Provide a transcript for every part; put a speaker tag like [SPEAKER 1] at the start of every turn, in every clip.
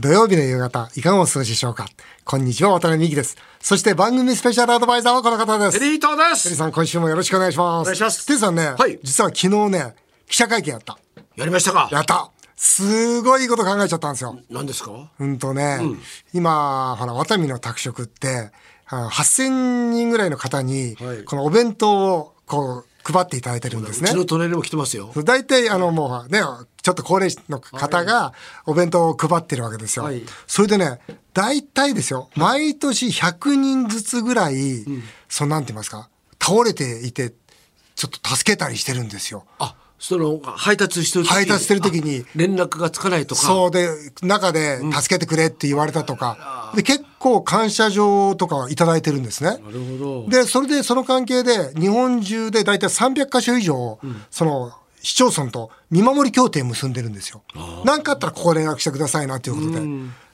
[SPEAKER 1] 土曜日の夕方、いかがお過ごしでしょうかこんにちは、渡辺美希です。そして番組スペシャルアドバイザーはこの方です。
[SPEAKER 2] エリートで
[SPEAKER 1] テリー
[SPEAKER 2] す
[SPEAKER 1] さん、今週もよろしくお願いします。
[SPEAKER 2] お願いします
[SPEAKER 1] テリーさんね、
[SPEAKER 2] はい
[SPEAKER 1] 実は昨日ね、記者会見やった。
[SPEAKER 2] やりましたか
[SPEAKER 1] やったすごいこと考えちゃったんですよ。
[SPEAKER 2] 何ですか
[SPEAKER 1] うんとね、今、ほら、ワタミの宅食って、あの8000人ぐらいの方に
[SPEAKER 2] はい、
[SPEAKER 1] このお弁当を、こう、配っていただいてるんです
[SPEAKER 2] う
[SPEAKER 1] ね
[SPEAKER 2] ち。の隣にも来てますよ
[SPEAKER 1] 大体、あの、もうね、ちょっと高齢の方がお弁当を配ってるわけですよ。
[SPEAKER 2] はい
[SPEAKER 1] それでね、大体ですよ、毎年100人ずつぐらい、そのなんて言いますか、倒れていて、ちょっと助けたりしてるんですよ。
[SPEAKER 2] あその配達してる時に
[SPEAKER 1] 配達してる時に
[SPEAKER 2] あ連絡がつかないとか
[SPEAKER 1] そうで、中で助けてくれって言われたとか、で、結構感謝状とかはいただいてるんですね。
[SPEAKER 2] なるほど
[SPEAKER 1] で、それでその関係で、日本中で大体300箇所以上、その、市町村と見守り協定結んでるんですよ。何かあったらここ連絡してくださいなということで。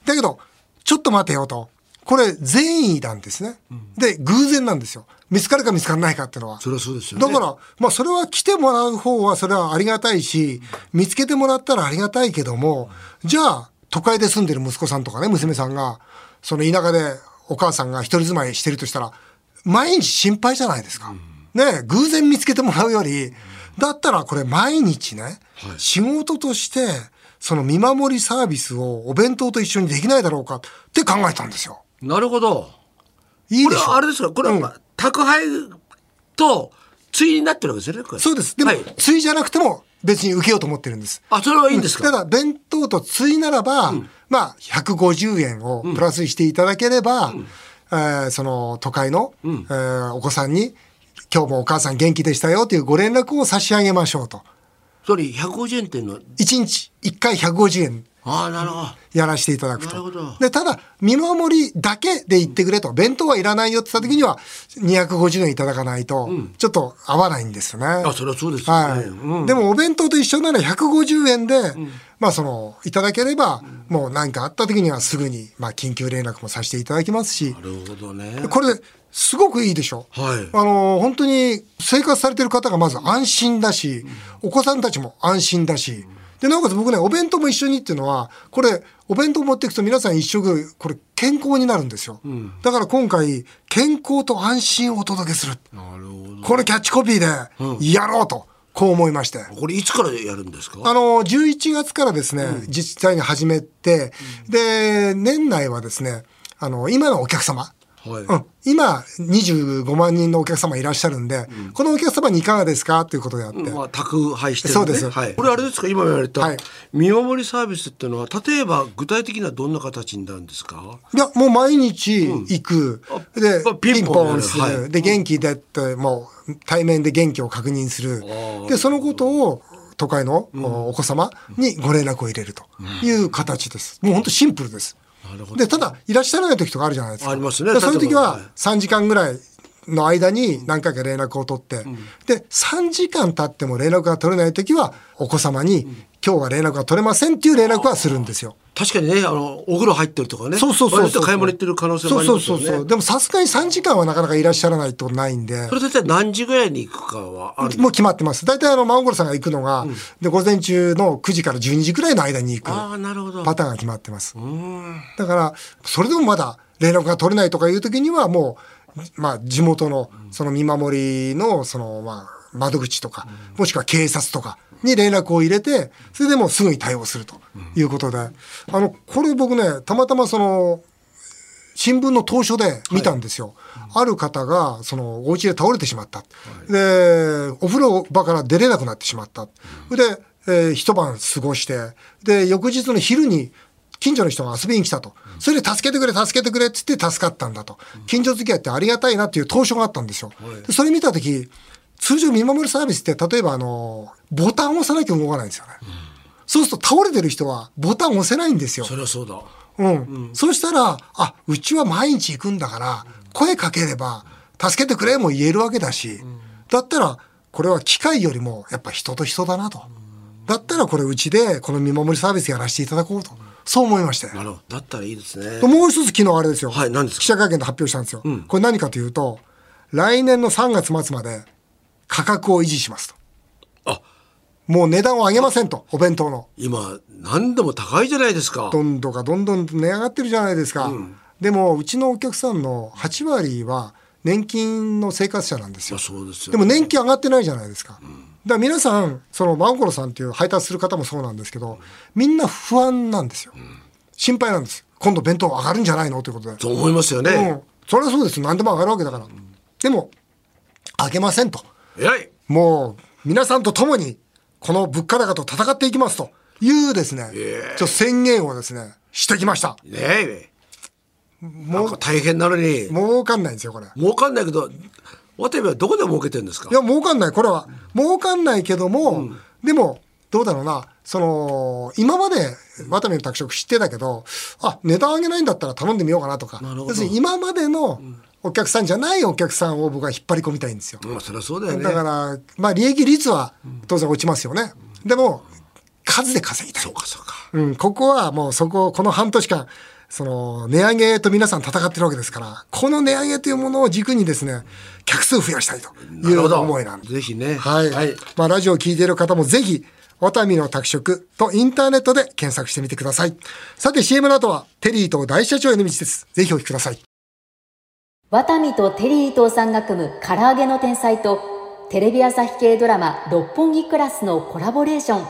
[SPEAKER 1] だけど、ちょっと待てよと。これ、善意なんですね。で、偶然なんですよ。見つかるか見つからないかっていうのは。
[SPEAKER 2] それはそうですよね
[SPEAKER 1] だから、まあ、それは来てもらう方は、それはありがたいし、見つけてもらったらありがたいけども、じゃあ、都会で住んでる息子さんとかね、娘さんが、その田舎でお母さんが一人住まいしてるとしたら、毎日心配じゃないですか。ねえ偶然見つけてもらうより、だったらこれ毎日ね、仕事として、その見守りサービスをお弁当と一緒にできないだろうかって考えたんですよ。
[SPEAKER 2] なるほど
[SPEAKER 1] いい
[SPEAKER 2] こ
[SPEAKER 1] で
[SPEAKER 2] れ
[SPEAKER 1] し
[SPEAKER 2] は
[SPEAKER 1] ょ
[SPEAKER 2] あれですかこれは、まあ宅配と対になってるわけですよねこれ
[SPEAKER 1] そうです。でも、
[SPEAKER 2] はい、
[SPEAKER 1] ついじゃなくても別に受けようと思ってるんです。
[SPEAKER 2] あそれはいいんですか、
[SPEAKER 1] ただ弁当とついならば、まあ150円をプラスしていただければ、えーその都会の、えーお子さんに今日もお母さん元気でしたよというご連絡を差し上げましょうと
[SPEAKER 2] それ150円っていうのは
[SPEAKER 1] 1日1回150円
[SPEAKER 2] ああなるほど
[SPEAKER 1] やらせていただく
[SPEAKER 2] なるほど
[SPEAKER 1] とでただ見守りだけで言ってくれと弁当はいらないよって言った時には250円いただかないとちょっと合わないんですよね、
[SPEAKER 2] あそれはそうですよね、
[SPEAKER 1] はい
[SPEAKER 2] うん
[SPEAKER 1] でもお弁当と一緒なら150円で、まあそのいただければ、もう何かあった時にはすぐに、まあ、緊急連絡もさせていただきますし
[SPEAKER 2] なるほどね
[SPEAKER 1] これすごくいいでしょ、
[SPEAKER 2] はい
[SPEAKER 1] あの本当に生活されてる方がまず安心だし、お子さんたちも安心だし、でなおかつ僕ねお弁当も一緒にっていうのはこれお弁当持っていくと皆さん一食これ健康になるんですよ、だから今回健康と安心をお届けする
[SPEAKER 2] なるほ
[SPEAKER 1] このキャッチコピーでやろうと、こう思いまして。
[SPEAKER 2] どこれいつからやるんですか
[SPEAKER 1] あの11月からですね、自治体に始めて、で年内はですねあの今のお客様、
[SPEAKER 2] はい
[SPEAKER 1] うん、今25万人のお客様いらっしゃるんで、このお客様にいかがですかということであって、
[SPEAKER 2] まあ、宅配してる、ね、
[SPEAKER 1] そうです
[SPEAKER 2] はい、これあれですか今言われた、
[SPEAKER 1] はい
[SPEAKER 2] 見守りサービスっていうのは例えば具体的にはどんな形になるんですか
[SPEAKER 1] いやもう毎日行く、
[SPEAKER 2] あ
[SPEAKER 1] で
[SPEAKER 2] まあ
[SPEAKER 1] ピ
[SPEAKER 2] ピ
[SPEAKER 1] ン
[SPEAKER 2] ン
[SPEAKER 1] ポ
[SPEAKER 2] ポン
[SPEAKER 1] ンする、
[SPEAKER 2] はい
[SPEAKER 1] で元気でってもう対面で元気を確認するでそのことを都会のおお子様にご連絡を入れるという形です、もう本当シンプルです。
[SPEAKER 2] なるほど
[SPEAKER 1] でただいらっしゃらない時とかあるじゃないですか
[SPEAKER 2] ありますね
[SPEAKER 1] でそういう時
[SPEAKER 2] 例えば
[SPEAKER 1] は
[SPEAKER 2] は
[SPEAKER 1] 3時間ぐらいの間に何回か連絡を取って、で3時間経っても連絡が取れない時はお子様に、今日は連絡が取れませんっていう連絡はするんですよ。
[SPEAKER 2] 確かにねあのお風呂入ってるとかね
[SPEAKER 1] そうそうそうそう
[SPEAKER 2] 割と買い物行ってる可能性もあります
[SPEAKER 1] そ
[SPEAKER 2] よね
[SPEAKER 1] うそうそうそうでもさすがに3時間はなかなかいらっしゃらないってことないんで
[SPEAKER 2] それ大体何時ぐらいに行くかはある
[SPEAKER 1] もう決まってます大体あのマンゴルさんが行くのが、で午前中の9時から12時くらいの間に行く
[SPEAKER 2] ああなるほど
[SPEAKER 1] パターンが決まってますだからそれでもまだ連絡が取れないとかいう時にはもう、まあ、地元のその見守りのその、まあ、窓口とか、もしくは警察とかに連絡を入れてそれでもうすぐに対応するということで、あのこれ僕ねたまたまその新聞の投書で見たんですよ。ある方が、その、お家で倒れてしまった。で、お風呂場から出れなくなってしまった。で、えー一晩過ごして、で、翌日の昼に、近所の人が遊びに来たと。それで助けてくれ、助けてくれって言って助かったんだと。近所付き合いってありがたいなっていう投書があったんですよ。でそれ見たとき、通常見守るサービスって、例えばあの、ボタンを押さなきゃ動かないんですよね。そうすると倒れてる人はボタンを押せないんですよ。
[SPEAKER 2] それはそうだ
[SPEAKER 1] うん。そうしたら、あ、うちは毎日行くんだから、声かければ、助けてくれも言えるわけだし、だったら、これは機械よりも、やっぱ人と人だなと。だったらこれうちで、この見守りサービスやらせていただこうと。そう思いましたよ。
[SPEAKER 2] なるほどだったらいいですね
[SPEAKER 1] もう一つ昨日あれですよ。
[SPEAKER 2] はい何ですか
[SPEAKER 1] 記者会見で発表したんですよ。これ何かというと、来年の3月末まで価格を維持しますと。
[SPEAKER 2] あ
[SPEAKER 1] もう値段を上げませんと、お弁当の。
[SPEAKER 2] 今何でも高いじゃないですか
[SPEAKER 1] どんどんがどんどん値上がってるじゃないですか。でも、うちのお客さんの8割は年金の生活者なんです
[SPEAKER 2] ま
[SPEAKER 1] よ
[SPEAKER 2] あ。そうですよ
[SPEAKER 1] でも年金上がってないじゃないですか。だから皆さん、そのマンコロさんっていう配達する方もそうなんですけど、みんな不安なんですよ。心配なんです。今度弁当上がるんじゃないのということで。
[SPEAKER 2] そう思いますよ
[SPEAKER 1] う
[SPEAKER 2] ね、
[SPEAKER 1] ん、それはそうです。何でも上がるわけだから。でも、上げませんと。
[SPEAKER 2] 偉い
[SPEAKER 1] もう、皆さんと共に、この物価高と戦っていきますというですね、ちょっと宣言をですね、してきました。
[SPEAKER 2] ねえな
[SPEAKER 1] も
[SPEAKER 2] ん
[SPEAKER 1] う
[SPEAKER 2] か、大変なのに
[SPEAKER 1] 儲かんないんですよ、これ。い
[SPEAKER 2] 儲かんないけど渡辺はどこで儲けてるんですか
[SPEAKER 1] や、儲かんない、これは。儲かんないけども、でも、どうだろうな、その、今まで、渡辺の拓殖知ってたけど、あ、値段上げないんだったら頼んでみようかなとか
[SPEAKER 2] なるほ、ど
[SPEAKER 1] 要するに今までのお客さんじゃないお客さんを僕は引っ張り込みたいんですよ。
[SPEAKER 2] まあそりゃそうだよね
[SPEAKER 1] だから、まあ、利益率は当然落ちますよね。でも、数で稼ぎたい
[SPEAKER 2] そう。かそうか
[SPEAKER 1] うん、ここはもうそこ、この半年間、その、値上げと皆さん戦ってるわけですから、この値上げというものを軸にですね、客数増やしたいと
[SPEAKER 2] ないるほ
[SPEAKER 1] う
[SPEAKER 2] ど
[SPEAKER 1] 思いなんです。
[SPEAKER 2] ぜひね
[SPEAKER 1] はい。
[SPEAKER 2] はい
[SPEAKER 1] まあ、ラジオを聞いている方もぜひ、ワタミの拓殖とインターネットで検索してみてください。さて CM の後は、テリーと大社長への道です。ぜひお聞きください。
[SPEAKER 3] ワタミとテリー伊藤さんが組む唐揚げの天才とテレビ朝日系ドラマ「六本木クラス」のコラボレーション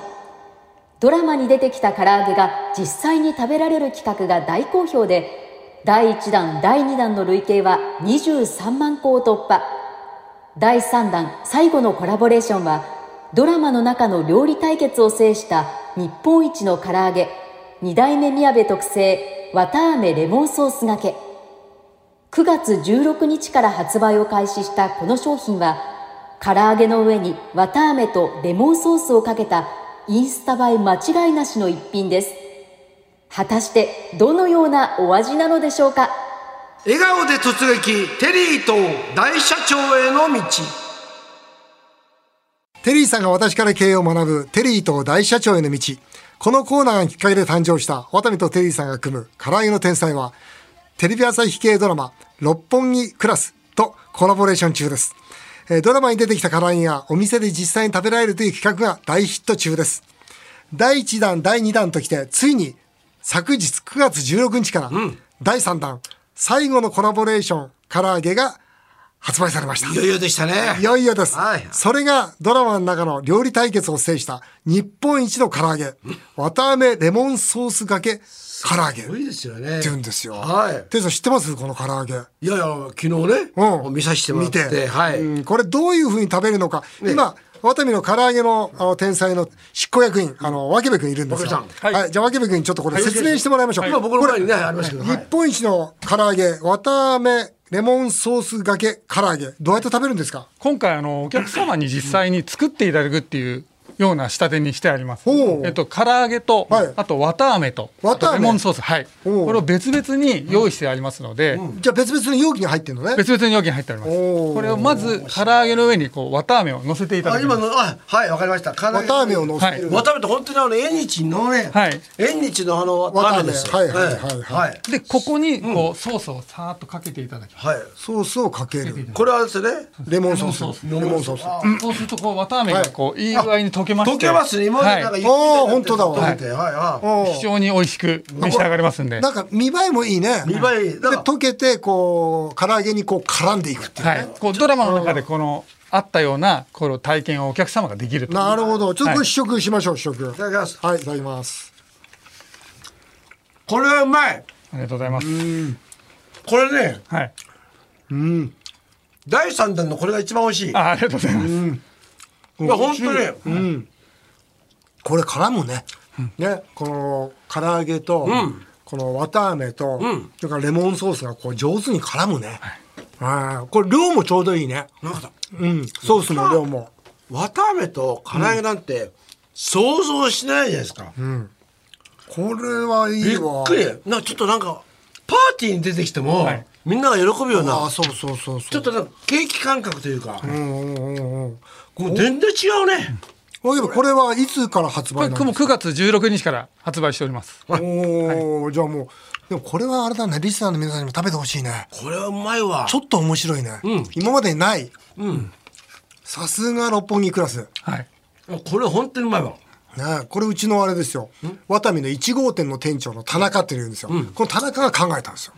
[SPEAKER 3] ドラマに出てきた唐揚げが実際に食べられる企画が大好評で第1弾第2弾の累計は23万個を突破第3弾最後のコラボレーションはドラマの中の料理対決を制した日本一の唐揚げ二代目みやべ特製綿あめレモンソースがけ9月16日から発売を開始したこの商品は唐揚げの上に綿あめとレモンソースをかけたインスタ映え間違いなしの一品です果たしてどのようなお味なのでしょうか
[SPEAKER 2] 笑顔で突撃テリーと大社長への道
[SPEAKER 1] テリーさんが私から経営を学ぶテリーと大社長への道。このコーナーがきっかけで誕生した渡美とテリーさんが組む唐揚げの天才は、テレビ朝日系ドラマ、六本木クラスとコラボレーション中です。えードラマに出てきた唐揚げがお店で実際に食べられるという企画が大ヒット中です。第1弾、第2弾ときて、ついに昨日9月16日から、第3弾、最後のコラボレーション、唐揚げが発売されました
[SPEAKER 2] い。よいよでしたね
[SPEAKER 1] いよいよです、
[SPEAKER 2] はい
[SPEAKER 1] それがドラマの中の料理対決を制した日本一の唐揚げ、綿あめレモンソースがけ唐揚げ
[SPEAKER 2] すご
[SPEAKER 1] っ
[SPEAKER 2] いですよね
[SPEAKER 1] て言うんですよ。
[SPEAKER 2] はい
[SPEAKER 1] テリーさん知ってますこの唐揚げ。
[SPEAKER 2] いやいや昨日ね、
[SPEAKER 1] うん
[SPEAKER 2] 見させてもらって
[SPEAKER 1] 見て
[SPEAKER 2] はい、
[SPEAKER 1] うんこれどういうふうに食べるのか。今、ワタミの唐揚げのあの天才の執行役員、あの、わけべくんいるんですよ。
[SPEAKER 2] わけべ
[SPEAKER 1] はい、じゃあわけべくんにちょっとこれ説明してもらいましょう。
[SPEAKER 2] 今僕の前にねありましたけど、は
[SPEAKER 1] 日
[SPEAKER 2] い
[SPEAKER 1] 本一の唐揚げ、綿あめレモンソースがけ唐揚げ、どうやって食べるんですか
[SPEAKER 4] 今回あのお客様に実際に作っていただくっていうような仕立てにしてあります。
[SPEAKER 1] ほう
[SPEAKER 4] えっと唐揚げと、
[SPEAKER 1] はい
[SPEAKER 4] あと綿あめと
[SPEAKER 1] 綿あめ
[SPEAKER 4] あとレモンソースはい。
[SPEAKER 1] ほう
[SPEAKER 4] これを別々に用意してありますので、
[SPEAKER 1] じゃあ別々の容器に入ってるのね。
[SPEAKER 4] 別々に容器に入ってあります。
[SPEAKER 1] おー
[SPEAKER 4] これをまず唐揚げの上にこう綿あめを乗せていただ
[SPEAKER 2] あ
[SPEAKER 4] きま
[SPEAKER 2] 今
[SPEAKER 4] す。
[SPEAKER 2] のあはいわかりました唐揚げ
[SPEAKER 1] 綿あめを乗せてる。
[SPEAKER 2] わたべって本当にあの縁日のね、
[SPEAKER 4] はい
[SPEAKER 2] 縁日のあのわたべですよ
[SPEAKER 1] わたべはいはいはい
[SPEAKER 2] はい
[SPEAKER 4] でここにこうソースをさーっとかけていただきます。
[SPEAKER 2] はい
[SPEAKER 1] ソースをかける。
[SPEAKER 2] これはですね
[SPEAKER 1] レモンソース。レ
[SPEAKER 2] レ
[SPEAKER 1] モ
[SPEAKER 2] モ
[SPEAKER 1] ン
[SPEAKER 2] ン
[SPEAKER 1] ソ
[SPEAKER 2] ソー
[SPEAKER 1] ー
[SPEAKER 2] ス
[SPEAKER 1] ス。
[SPEAKER 4] そうするとこう綿あめがこういい具合に溶けまして、
[SPEAKER 2] 溶けますね今までなんか
[SPEAKER 4] はい
[SPEAKER 2] ゆっくりだった
[SPEAKER 1] あー本当だわ
[SPEAKER 2] 溶けてはいは
[SPEAKER 1] お
[SPEAKER 4] 非常に美味しく召し上がれますんで
[SPEAKER 1] な。んか見栄えもいいね。
[SPEAKER 2] 見栄えいい
[SPEAKER 1] で
[SPEAKER 2] だから
[SPEAKER 1] 溶けてこう唐揚げにこう絡んでいくっていう。
[SPEAKER 4] はい、こうドラマの中でこのあったようなこの体験をお客様ができると
[SPEAKER 1] なるほど。ちょっとこ
[SPEAKER 4] は
[SPEAKER 1] れ
[SPEAKER 4] い
[SPEAKER 1] 試食しましょう試食。はい
[SPEAKER 2] いただきます
[SPEAKER 1] いただきます。
[SPEAKER 2] これはうまい
[SPEAKER 4] ありがとうございます、
[SPEAKER 2] これね
[SPEAKER 4] はい、
[SPEAKER 2] 第三弾のこれが一番美味しい
[SPEAKER 4] あありがとうございます、
[SPEAKER 2] いや本当ね
[SPEAKER 1] これ絡むね。ねこの唐揚げとこの綿あめとそれからレモンソースがこう上手に絡むね。ああこれ量もちょうどいいね。
[SPEAKER 2] なんかさ
[SPEAKER 1] うんソースの量も。
[SPEAKER 2] わたあめと唐揚げなんて想像しないじゃないですか、
[SPEAKER 1] これはい
[SPEAKER 2] び
[SPEAKER 1] い
[SPEAKER 2] っ
[SPEAKER 1] わ。
[SPEAKER 2] くりなんかちょっとなんかパーティーに出てきても、
[SPEAKER 4] はい
[SPEAKER 2] みんなが喜ぶよう
[SPEAKER 1] あ
[SPEAKER 2] な
[SPEAKER 1] あそうそうそうそう。
[SPEAKER 2] ちょっとなんかケーキ感覚というか、
[SPEAKER 1] うんうんうんうん。
[SPEAKER 2] もう全然違うね、
[SPEAKER 1] わけばこれはいつから発
[SPEAKER 4] これ
[SPEAKER 1] 売なん
[SPEAKER 4] も
[SPEAKER 1] ですか
[SPEAKER 4] 9月16日から発売しております
[SPEAKER 1] おお、じゃあもうでもこれはあれだねリスナーの皆さんにも食べてほしいね
[SPEAKER 2] これはうまいわ
[SPEAKER 1] ちょっと面白いね、今までにないさすが六本木クラス
[SPEAKER 4] はい
[SPEAKER 2] これ本当にうまいわ。
[SPEAKER 1] ねえこれうちのあれですよワタミの1号店の店長の田中っていうんですよ、この田中が考えたんですよ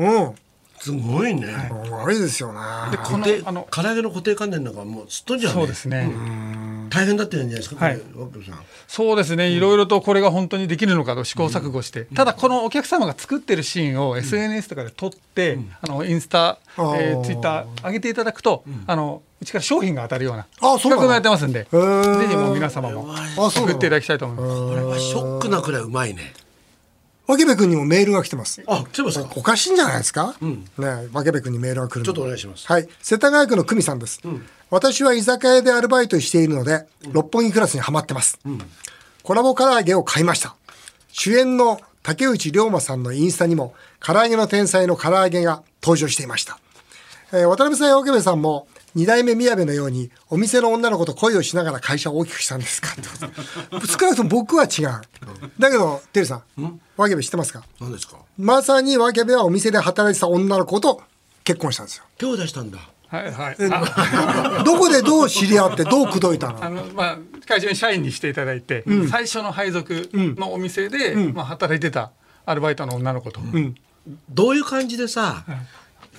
[SPEAKER 1] うん
[SPEAKER 2] すごいね。
[SPEAKER 1] すごいですよね
[SPEAKER 4] こ
[SPEAKER 2] 固
[SPEAKER 4] の
[SPEAKER 2] 定
[SPEAKER 4] あの
[SPEAKER 2] 唐揚げの固定観念なんかもうすっとんじゃ
[SPEAKER 4] そうです
[SPEAKER 2] ね。
[SPEAKER 4] ね、
[SPEAKER 2] 大変だったんじゃないですか。
[SPEAKER 4] はい
[SPEAKER 2] これワッペンさん。
[SPEAKER 4] そうですね、いろいろとこれが本当にできるのかと試行錯誤して、ただこのお客様が作ってるシーンを SNS とかで撮って、あのインスタ、え
[SPEAKER 1] あー
[SPEAKER 4] ー、ツイッター上げていただくと、あのうちから商品が当たるような
[SPEAKER 1] あー
[SPEAKER 4] 企
[SPEAKER 1] そうなの
[SPEAKER 4] 画もやってますんで、ぜ
[SPEAKER 1] ー
[SPEAKER 4] ひもう皆様も
[SPEAKER 1] あそう
[SPEAKER 4] 作
[SPEAKER 1] な
[SPEAKER 4] ってい
[SPEAKER 1] の
[SPEAKER 4] ただきたいと思います。
[SPEAKER 2] これはショックなくらいうまいね。
[SPEAKER 1] わけべ君にもメールが来てます
[SPEAKER 2] あ、来てますか。
[SPEAKER 1] おかしいんじゃないですか、ねえわけべ君にメールが来るの
[SPEAKER 2] ちょっとお願いします
[SPEAKER 1] はい世田谷区の久美さんです、私は居酒屋でアルバイトしているので、六本木クラスにはまってます、コラボ唐揚げを買いました主演の竹内涼真さんのインスタにも唐揚げの天才の唐揚げが登場していました、えー渡辺さんやわけべさんも二代目宮部のようにお店の女の子と恋をしながら会社を大きくしたんです かってこと少なくとも僕は違うだけどてるさんわけべ知ってますか
[SPEAKER 2] 何ですか。
[SPEAKER 1] まさにワケベはお店で働いてた女の子と結婚したんですよ。
[SPEAKER 2] 手を出したんだ。
[SPEAKER 4] はいはい。あ
[SPEAKER 1] どこでどう知り合ってどう口説いた
[SPEAKER 4] あ
[SPEAKER 1] の
[SPEAKER 4] のまあ会社に社員にしていただいて、最初の配属のお店で、まあ働いてたアルバイトの女の子と、
[SPEAKER 2] どういう感じでさ。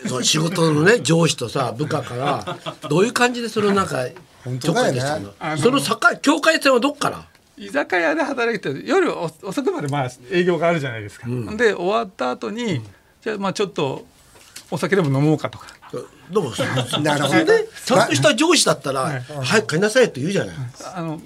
[SPEAKER 2] その仕事の ね上司とさ部下からどういう感じでそのなんか
[SPEAKER 1] 本
[SPEAKER 2] ちょ
[SPEAKER 1] 当
[SPEAKER 2] っか
[SPEAKER 1] だよ
[SPEAKER 2] い
[SPEAKER 1] ね
[SPEAKER 2] 出したのその境境界線はどっから
[SPEAKER 4] 居酒屋で働いてて夜お遅くまでまあ営業があるじゃないですか、で終わった後に、じゃあまあちょっとお酒でも飲もうかとか
[SPEAKER 2] どうも そ
[SPEAKER 1] なるほ
[SPEAKER 2] れ
[SPEAKER 1] ど
[SPEAKER 2] でちゃんとした上司だったら早く帰りなさいって言うじゃない
[SPEAKER 4] あの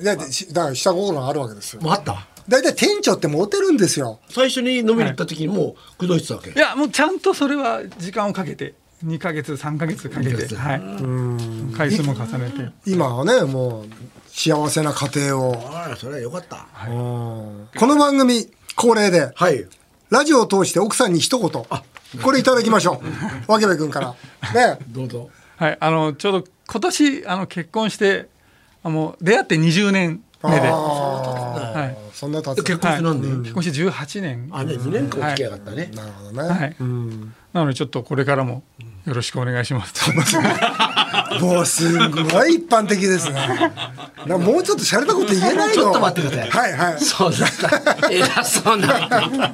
[SPEAKER 1] いやでしだから下心があるわけですよ。
[SPEAKER 2] もうあった
[SPEAKER 1] 大体店長ってモテるんですよ。
[SPEAKER 2] 最初に飲みに行った時にもう口説いてたわけ
[SPEAKER 4] いやもうちゃんとそれは時間をかけて2ヶ月3ヶ月かけて、はい、回数も重ねて
[SPEAKER 1] 今はねもう幸せな家庭を。
[SPEAKER 2] ああそれはよかったは
[SPEAKER 1] うんこの番組恒例で
[SPEAKER 2] い
[SPEAKER 1] ラジオを通して奥さんに一言これいただきましょう。わけべ君から。ね
[SPEAKER 2] どうぞ
[SPEAKER 4] はい、あのちょうど今年あの結婚してあの出会って20年目で、
[SPEAKER 1] あ
[SPEAKER 4] は
[SPEAKER 1] あそんなたつ。
[SPEAKER 2] 結
[SPEAKER 4] い
[SPEAKER 2] 婚してなんで、
[SPEAKER 4] はい、結婚して18年
[SPEAKER 2] あね2年間お付き合いがあったね、
[SPEAKER 1] なるほどね。
[SPEAKER 4] はい
[SPEAKER 1] うん
[SPEAKER 4] なのでちょっとこれからもよろしくお願いします
[SPEAKER 1] もうすんごい一般的ですね。なもうちょっと洒落たこと言えないの。
[SPEAKER 2] ちょっと待ってください
[SPEAKER 1] はいはい。
[SPEAKER 2] そうだった偉そうなじゃ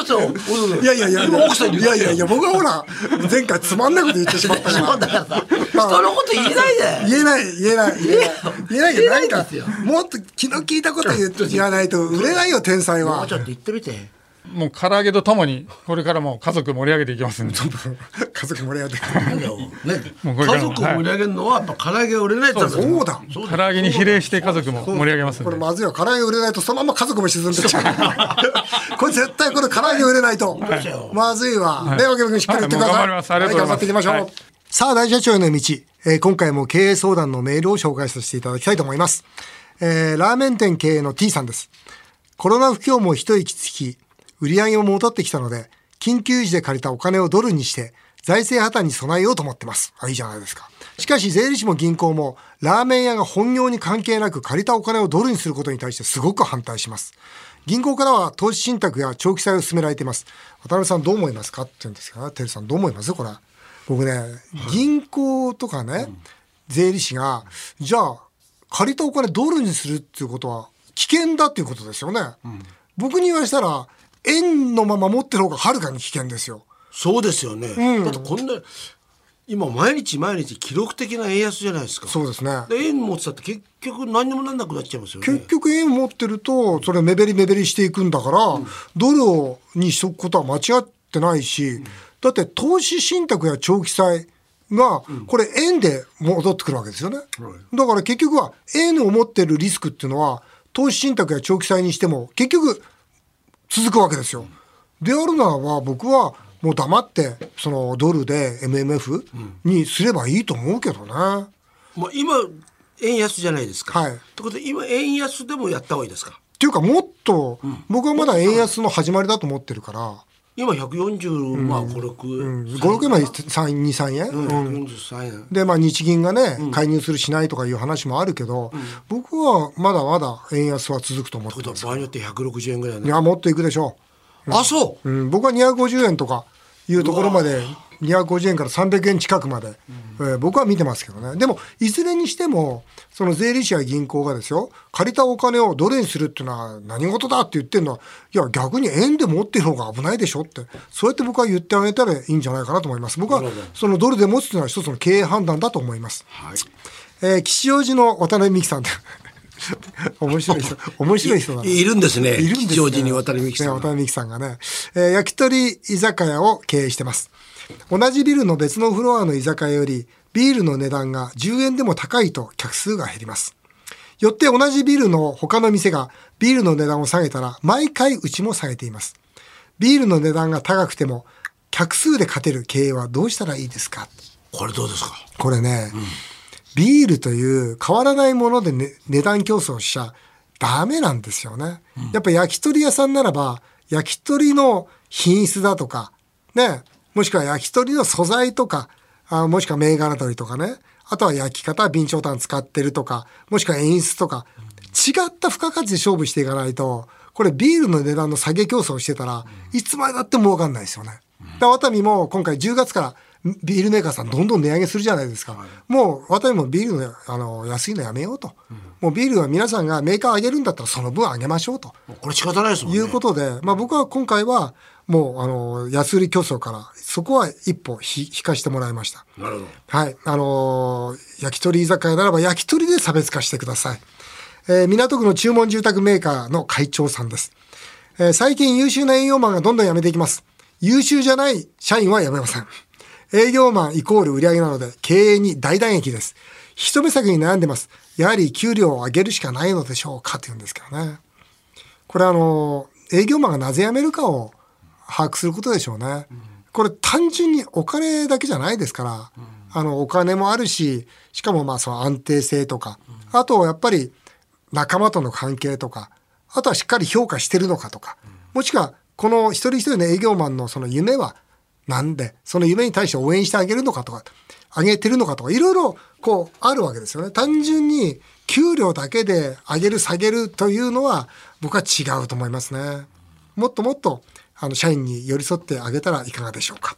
[SPEAKER 2] あそう
[SPEAKER 1] いやいやいやいや
[SPEAKER 2] 今奥さんに
[SPEAKER 1] いやいやいや僕はほら前回つまんないこと言ってしまった
[SPEAKER 2] そう
[SPEAKER 1] か
[SPEAKER 2] だからさ
[SPEAKER 1] まあ
[SPEAKER 2] 人のこと言えないで
[SPEAKER 1] 言えない言えない言えない言えないけど
[SPEAKER 2] 言えない
[SPEAKER 1] 何か
[SPEAKER 2] ですよ
[SPEAKER 1] もっと気の利いたこと言って言わないと売れないよ天才
[SPEAKER 2] も
[SPEAKER 1] は
[SPEAKER 2] うちょっと言ってみて
[SPEAKER 4] もう唐揚げとともにこれからも家族盛り上げていきますんで
[SPEAKER 1] 家族盛り上がって
[SPEAKER 2] なんだよね
[SPEAKER 4] もうこれか
[SPEAKER 2] 家
[SPEAKER 4] ら
[SPEAKER 2] 族
[SPEAKER 4] も
[SPEAKER 2] を盛り上げるのはやっぱ唐揚げが売れないって言ったん
[SPEAKER 1] そうだ
[SPEAKER 2] そう
[SPEAKER 4] 唐揚げに比例して家族も盛り上げますん
[SPEAKER 1] これ
[SPEAKER 4] で
[SPEAKER 1] まずいよ唐揚げ売れないとそのまま家族も沈んでっちゃ うこれ絶対これ唐揚げ売れないとまずいわ、ねわけ君しっかり言ってください、
[SPEAKER 4] はいもう頑張りますありがとうございます
[SPEAKER 1] は頑張っていきましょう、
[SPEAKER 4] はい
[SPEAKER 1] さあ大社長への道、えー今回も経営相談のメールを紹介させていただきたいと思います、えーラーメン店経営の T さんですコロナ不況も一息つき売り上げも戻ってきたので緊急時で借りたお金をドルにして財政破綻に備えようと思ってますあいいじゃないですかしかし税理士も銀行もラーメン屋が本業に関係なく借りたお金をドルにすることに対してすごく反対します銀行からは投資信託や長期債を勧められています渡辺さんどう思いますかって言うんですがテルさんどう思いますこれ僕ね、銀行とかね、税理士が、じゃあ、借りたお金ドルにするっていうことは危険だっていうことですよね。僕に言わしたら、円のまま持ってる方がはるかに危険ですよ。
[SPEAKER 2] そうですよね、だってこんな今毎日毎日記録的な円安じゃないですか
[SPEAKER 1] そうですね。
[SPEAKER 2] で円持ってたって結局何にもなんなくなっちゃいますよね
[SPEAKER 1] 結局円持ってると、それ目減り目減りしていくんだから、ドルをにしとくことは間違ってないし、だって投資信託や長期債が、これ円で戻ってくるわけですよね。だから結局は、円を持ってるリスクっていうのは、投資信託や長期債にしても、結局、続くわけですよ。であるならば僕はもう黙ってそのドルで MMF にすればいいと思うけどね。
[SPEAKER 2] まあ今円安じゃないですか、
[SPEAKER 1] はい
[SPEAKER 2] ってことで今円安でもやった方がいいですか
[SPEAKER 1] っていうかもっと僕はまだ円安の始まりだと思ってるから、
[SPEAKER 2] 今140まあ56、
[SPEAKER 1] うん、5、6円まで3、2、3円、
[SPEAKER 2] 143円
[SPEAKER 1] で、まあ日銀がね、介入するしないとかいう話もあるけど、僕はまだまだ円安は続くと思っ
[SPEAKER 2] こ
[SPEAKER 1] て
[SPEAKER 2] と
[SPEAKER 1] ま
[SPEAKER 2] は
[SPEAKER 1] す。
[SPEAKER 2] 場合によって160円ぐらい
[SPEAKER 1] い
[SPEAKER 2] ね
[SPEAKER 1] や、もっといくでしょ
[SPEAKER 2] あそう
[SPEAKER 1] う。うん、僕は250円とかいうところまで250円から300円近くまで、えー僕は見てますけどねでもいずれにしてもその税理士や銀行がですよ借りたお金をドルにするっていうのは何事だって言ってるのはいや逆に円で持ってる方が危ないでしょってそうやって僕は言ってあげたらいいんじゃないかなと思います僕はそのドルで持つっていうのは一つの経営判断だと思います、えー吉祥寺の渡辺美樹さんで 面白い人面白い人だない
[SPEAKER 2] るんですね。
[SPEAKER 1] いるんですね
[SPEAKER 2] 吉祥寺に渡り美樹さ
[SPEAKER 1] ね
[SPEAKER 2] ん
[SPEAKER 1] 渡
[SPEAKER 2] が。
[SPEAKER 1] 辺美樹さんがね、えー焼き鳥居酒屋を経営してます。同じビルの別のフロアの居酒屋より、ビールの値段が10円でも高いと客数が減ります。よって同じビールの他の店がビールの値段を下げたら、毎回うちも下げています。ビールの値段が高くても、客数で勝てる経営はどうしたらいいですか
[SPEAKER 2] これどうですか。
[SPEAKER 1] これね、ビールという変わらないもので、ね、値段競争しちゃダメなんですよね。やっぱ焼き鳥屋さんならば、焼き鳥の品質だとか、ね、もしくは焼き鳥の素材とか、あもしくは銘柄鳥とかね、あとは焼き方、備長炭使ってるとか、もしくは演出とか、違った付加価値で勝負していかないと、これビールの値段の下げ競争をしてたら、いつまでだっても儲かんないですよね。だワタミも今回10月からビールメーカーさんどんどん値上げするじゃないですか。もうワタミもビールのあの安いのやめようと。もうビールは皆さんがメーカー上げるんだったらその分上げましょうと。
[SPEAKER 2] もうこれ仕方ないですもんね。
[SPEAKER 1] いうことで、まあ僕は今回はもうあの安売り競争からそこは一歩ひ引かしてもらいました。
[SPEAKER 2] なるほど。
[SPEAKER 1] はい。あのー焼き鳥居酒屋ならば焼き鳥で差別化してください。えー港区の注文住宅メーカーの会長さんです。えー最近優秀な営業マンがどんどん辞めていきます。優秀じゃない社員は辞めません。営業マンイコール売り上げなので経営に大打撃です。一目先に悩んでます。やはり給料を上げるしかないのでしょうかというんですけどね。これあの営業マンがなぜ辞めるかを把握することでしょうね。これ単純にお金だけじゃないですから、あのお金もあるししかもまあその安定性とか、あとやっぱり仲間との関係とかあとはしっかり評価してるのかとか、もしくはこの一人一人の営業マンのその夢はなんでその夢に対して応援してあげるのかとか上げてるのかとかいろいろこうあるわけですよね単純に給料だけで上げる下げるというのは僕は違うと思いますねもっともっとあの社員に寄り添ってあげたらいかがでしょうか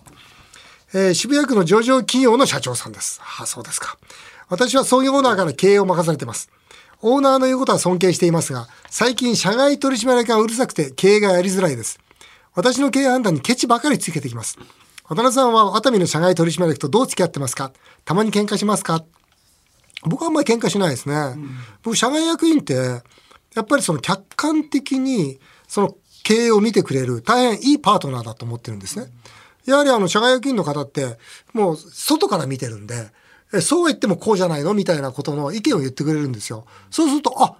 [SPEAKER 1] えー渋谷区の上場企業の社長さんです。あ、そうですか。私は創業オーナーから経営を任されています。オーナーの言うことは尊敬していますが、最近社外取締役がうるさくて経営がやりづらいです。私の経営判断にケチばかりつけてきます。渡辺さんは熱海の社外取締役とどう付き合ってますかたまに喧嘩しますか僕はあんまり喧嘩しないですね。僕、社外役員って、やっぱりその客観的に、その経営を見てくれる、大変いいパートナーだと思ってるんですね。やはりあの、社外役員の方って、もう、外から見てるんで、えそうは言ってもこうじゃないのみたいなことの意見を言ってくれるんですよ。そうすると、あ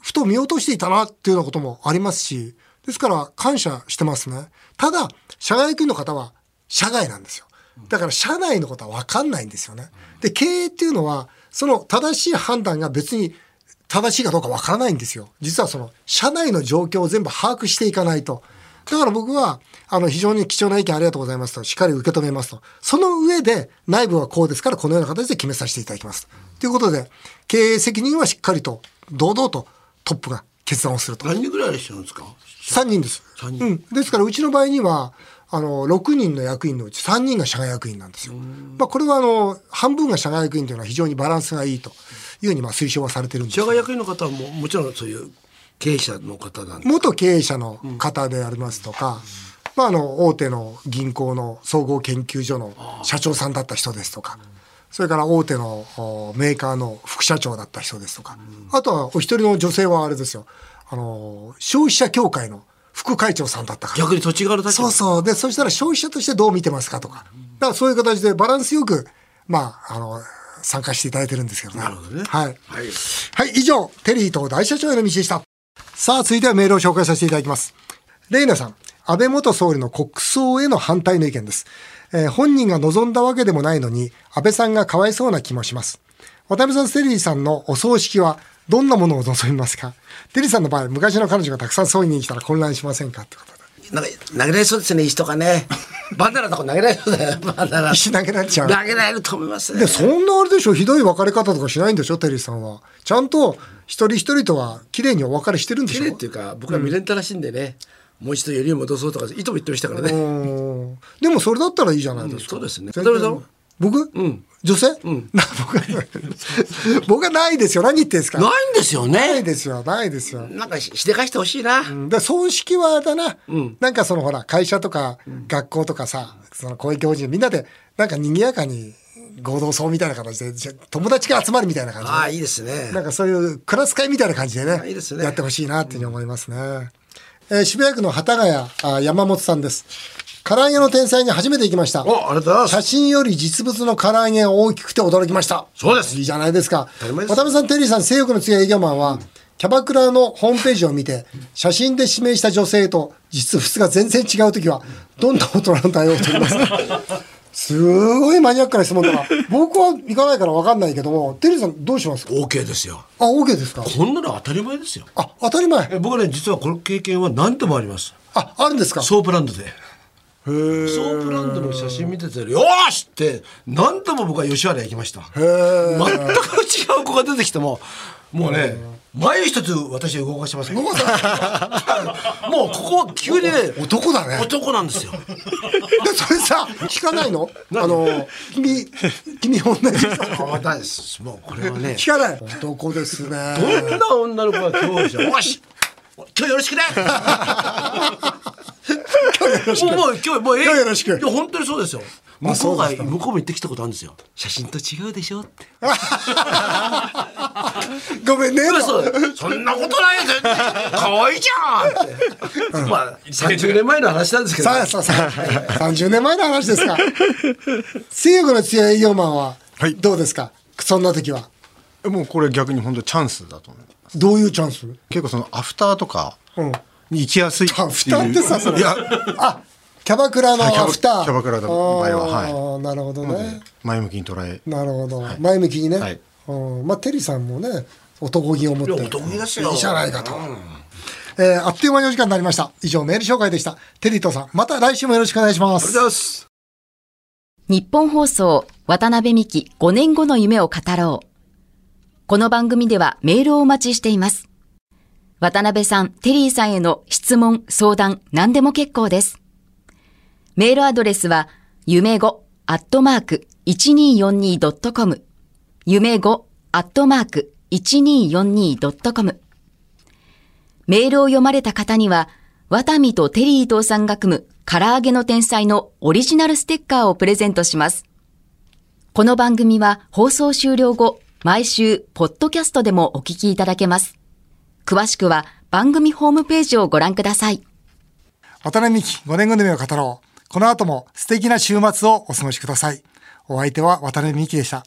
[SPEAKER 1] ふと見落としていたなっていうようなこともありますし、ですから感謝してますね。ただ、社外役員の方は社外なんですよ。だから社内のことは分かんないんですよね。で、経営っていうのは、その正しい判断が別に正しいかどうか分からないんですよ。実はその社内の状況を全部把握していかないと。だから僕は、あの、非常に貴重な意見ありがとうございますと、しっかり受け止めますと。その上で、内部はこうですから、このような形で決めさせていただきます。ということで、経営責任はしっかりと、堂々とトップが決断をすると。
[SPEAKER 2] 何人ぐらいいらっしゃるんですか。
[SPEAKER 1] 3人です。
[SPEAKER 2] 三人
[SPEAKER 1] うん、ですからうちの場合にはあの6人の役員のうち3人が社外役員なんですよ。まあ、これはあの半分が社外役員というのは非常にバランスがいいというふうにまあ推奨はされてるんです
[SPEAKER 2] 社外役員の方はもうもちろんそういう経営者の方なんで。
[SPEAKER 1] 元経営者の方でありますとか、まあ、あの大手の銀行の総合研究所の社長さんだった人ですとか、それから大手のおメーカーの副社長だった人ですとか、あとはお一人の女性はあれですよあの消費者協会の副会長さんだった方
[SPEAKER 2] 逆に土地柄だけど
[SPEAKER 1] そうそう。で、そしたら消費者としてどう見てますかとか。だからそういう形でバランスよく、まあ、あの、参加していただいてるんですけどね。
[SPEAKER 2] なるほどね
[SPEAKER 1] はい。
[SPEAKER 2] はい。
[SPEAKER 1] はい、以上、テリーと大社長への道でした。さあ、続いてはメールを紹介させていただきます。レイナさん、安倍元総理の国葬への反対の意見です。えー本人が望んだわけでもないのに、安倍さんがかわいそうな気もします。渡辺さん、テリーさんのお葬式は、どんなものを望みますかテリーさんの場合、昔の彼女がたくさん葬儀に来たら混乱しませんかってことで。
[SPEAKER 2] なんか投げられそうですね石とかね。バナナとか投げられそうだよ バナナ。
[SPEAKER 1] 石投げられちゃう
[SPEAKER 2] 投げられると思いますね
[SPEAKER 1] で。そんなあれでしょひどい別れ方とかしないんでしょテリーさんはちゃんと一人一人とは綺麗にお別れしてるんでし
[SPEAKER 2] 綺
[SPEAKER 1] ょ
[SPEAKER 2] 麗っていうか僕は未練たらしいんでね、もう一度より戻そうとかいとも言ってましたからね、
[SPEAKER 1] うーんでもそれだったらいいじゃないですか。
[SPEAKER 2] そうですね
[SPEAKER 1] 全然
[SPEAKER 2] 渡辺さん
[SPEAKER 1] 僕、女性、 な僕は僕はないですよ。何言ってんですか。
[SPEAKER 2] な
[SPEAKER 1] ない
[SPEAKER 2] んですよ
[SPEAKER 1] い
[SPEAKER 2] ね。
[SPEAKER 1] ですよ。ないですよ。
[SPEAKER 2] なんかししでかしてほしいな。
[SPEAKER 1] だから葬式はあれだな、なんかそのほら会社とか学校とかさ、その公益法人みんなでなんか賑やかに合同葬みたいな形でじゃ友達が集まるみたいな感じで
[SPEAKER 2] ああ、いいですね。
[SPEAKER 1] なんかそういうクラス会みたいな感じでね、
[SPEAKER 2] いいですね
[SPEAKER 1] やってほしいなっていうふうに思いますね。えー渋谷区の幡ヶ谷あ山本さんです。唐揚げの天才に初めて行きました。
[SPEAKER 2] お、ありがとうございます。
[SPEAKER 1] 写真より実物の唐揚げが大きくて驚きました。
[SPEAKER 2] そうです
[SPEAKER 1] いいじゃないですか。
[SPEAKER 2] たり前です
[SPEAKER 1] 渡辺さん、テリーさん、性欲の強い営業マンは、キャバクラのホームページを見て、写真で指名した女性と実物が全然違うときは、どんな大人の対応を取ります かすごいマニアックな質問だな。僕は行かないから分かんないけども、テリーさんどうしますか
[SPEAKER 2] OK ですよ。
[SPEAKER 1] あ、OK ですか
[SPEAKER 2] こんなの当たり前ですよ。
[SPEAKER 1] あ、当たり前。
[SPEAKER 2] え僕ね、実はこの経験は何度もあります。
[SPEAKER 1] あ、あるんですか
[SPEAKER 2] ソープランドで。ソープランドの写真見てて、よーしって何度も僕は吉原へ行きました。全く違う子が出てきても、もうね、眉一つ私は動かしてません。もうここ急にね、
[SPEAKER 1] 男だね。
[SPEAKER 2] 男なんですよ。
[SPEAKER 1] でそれさ、聞かないのあの、君、君同じ人
[SPEAKER 2] ないです。もうこれはね。
[SPEAKER 1] 聞かない。男ですね。
[SPEAKER 2] どんな女の子が今日じゃ、 よし今日よろしくね もうもう今日もうええ
[SPEAKER 1] 今日よろしく
[SPEAKER 2] いや本当にそうですよ
[SPEAKER 1] まあ
[SPEAKER 2] 向こうが
[SPEAKER 1] そうですか
[SPEAKER 2] 向こうも言ってきたことあるんですよ写真と違うでしょって
[SPEAKER 1] ごめんね。
[SPEAKER 2] そうそんなことないよ絶対可愛いじゃんってまあ30年前の話なんですけど
[SPEAKER 1] さあさあさあ、30年前の話ですか。性欲の強い営業マンは
[SPEAKER 5] はい、
[SPEAKER 1] どうですか、そんな時は。
[SPEAKER 5] もうこれ逆に本当チャンスだと思う
[SPEAKER 1] どういうチャンス
[SPEAKER 5] 結構そのアフターとか
[SPEAKER 1] うん。
[SPEAKER 5] に行きやすいっていう
[SPEAKER 1] アフターってさ、その
[SPEAKER 5] いや
[SPEAKER 1] あ、キャバクラの
[SPEAKER 5] はいキャ
[SPEAKER 1] ア
[SPEAKER 5] バ
[SPEAKER 1] フター。
[SPEAKER 5] キャバクラの場合ははい
[SPEAKER 1] ああなるほどね。
[SPEAKER 5] 前向きに捉え
[SPEAKER 1] なるほど。前向きにね。
[SPEAKER 5] はい
[SPEAKER 1] うん。まあ、テリーさんもね、男気を持って。
[SPEAKER 2] いや男気ですよ
[SPEAKER 1] いいじゃないかと。えーあっという間にお時間になりました。以上、メール紹介でした。テリーとさん、また来週もよろしくお願いします。
[SPEAKER 2] です
[SPEAKER 3] 日本放送渡辺美希5年後の夢を語ろう。この番組ではメールをお待ちしています。渡辺さん、テリーさんへの質問、相談、何でも結構です。メールアドレスは、夢語アットマーク 1242.com。夢語アットマーク 1242.com。メールを読まれた方には、ワタミとテリー伊藤さんが組む唐揚げの天才のオリジナルステッカーをプレゼントします。この番組は放送終了後、毎週、ポッドキャストでもお聞きいただけます。詳しくは番組ホームページをご覧ください。
[SPEAKER 1] 渡辺美希5年後の夢を語ろう。この後も素敵な週末をお過ごしください。お相手は渡辺美希でした。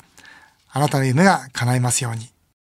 [SPEAKER 1] あなたの夢が叶いますように。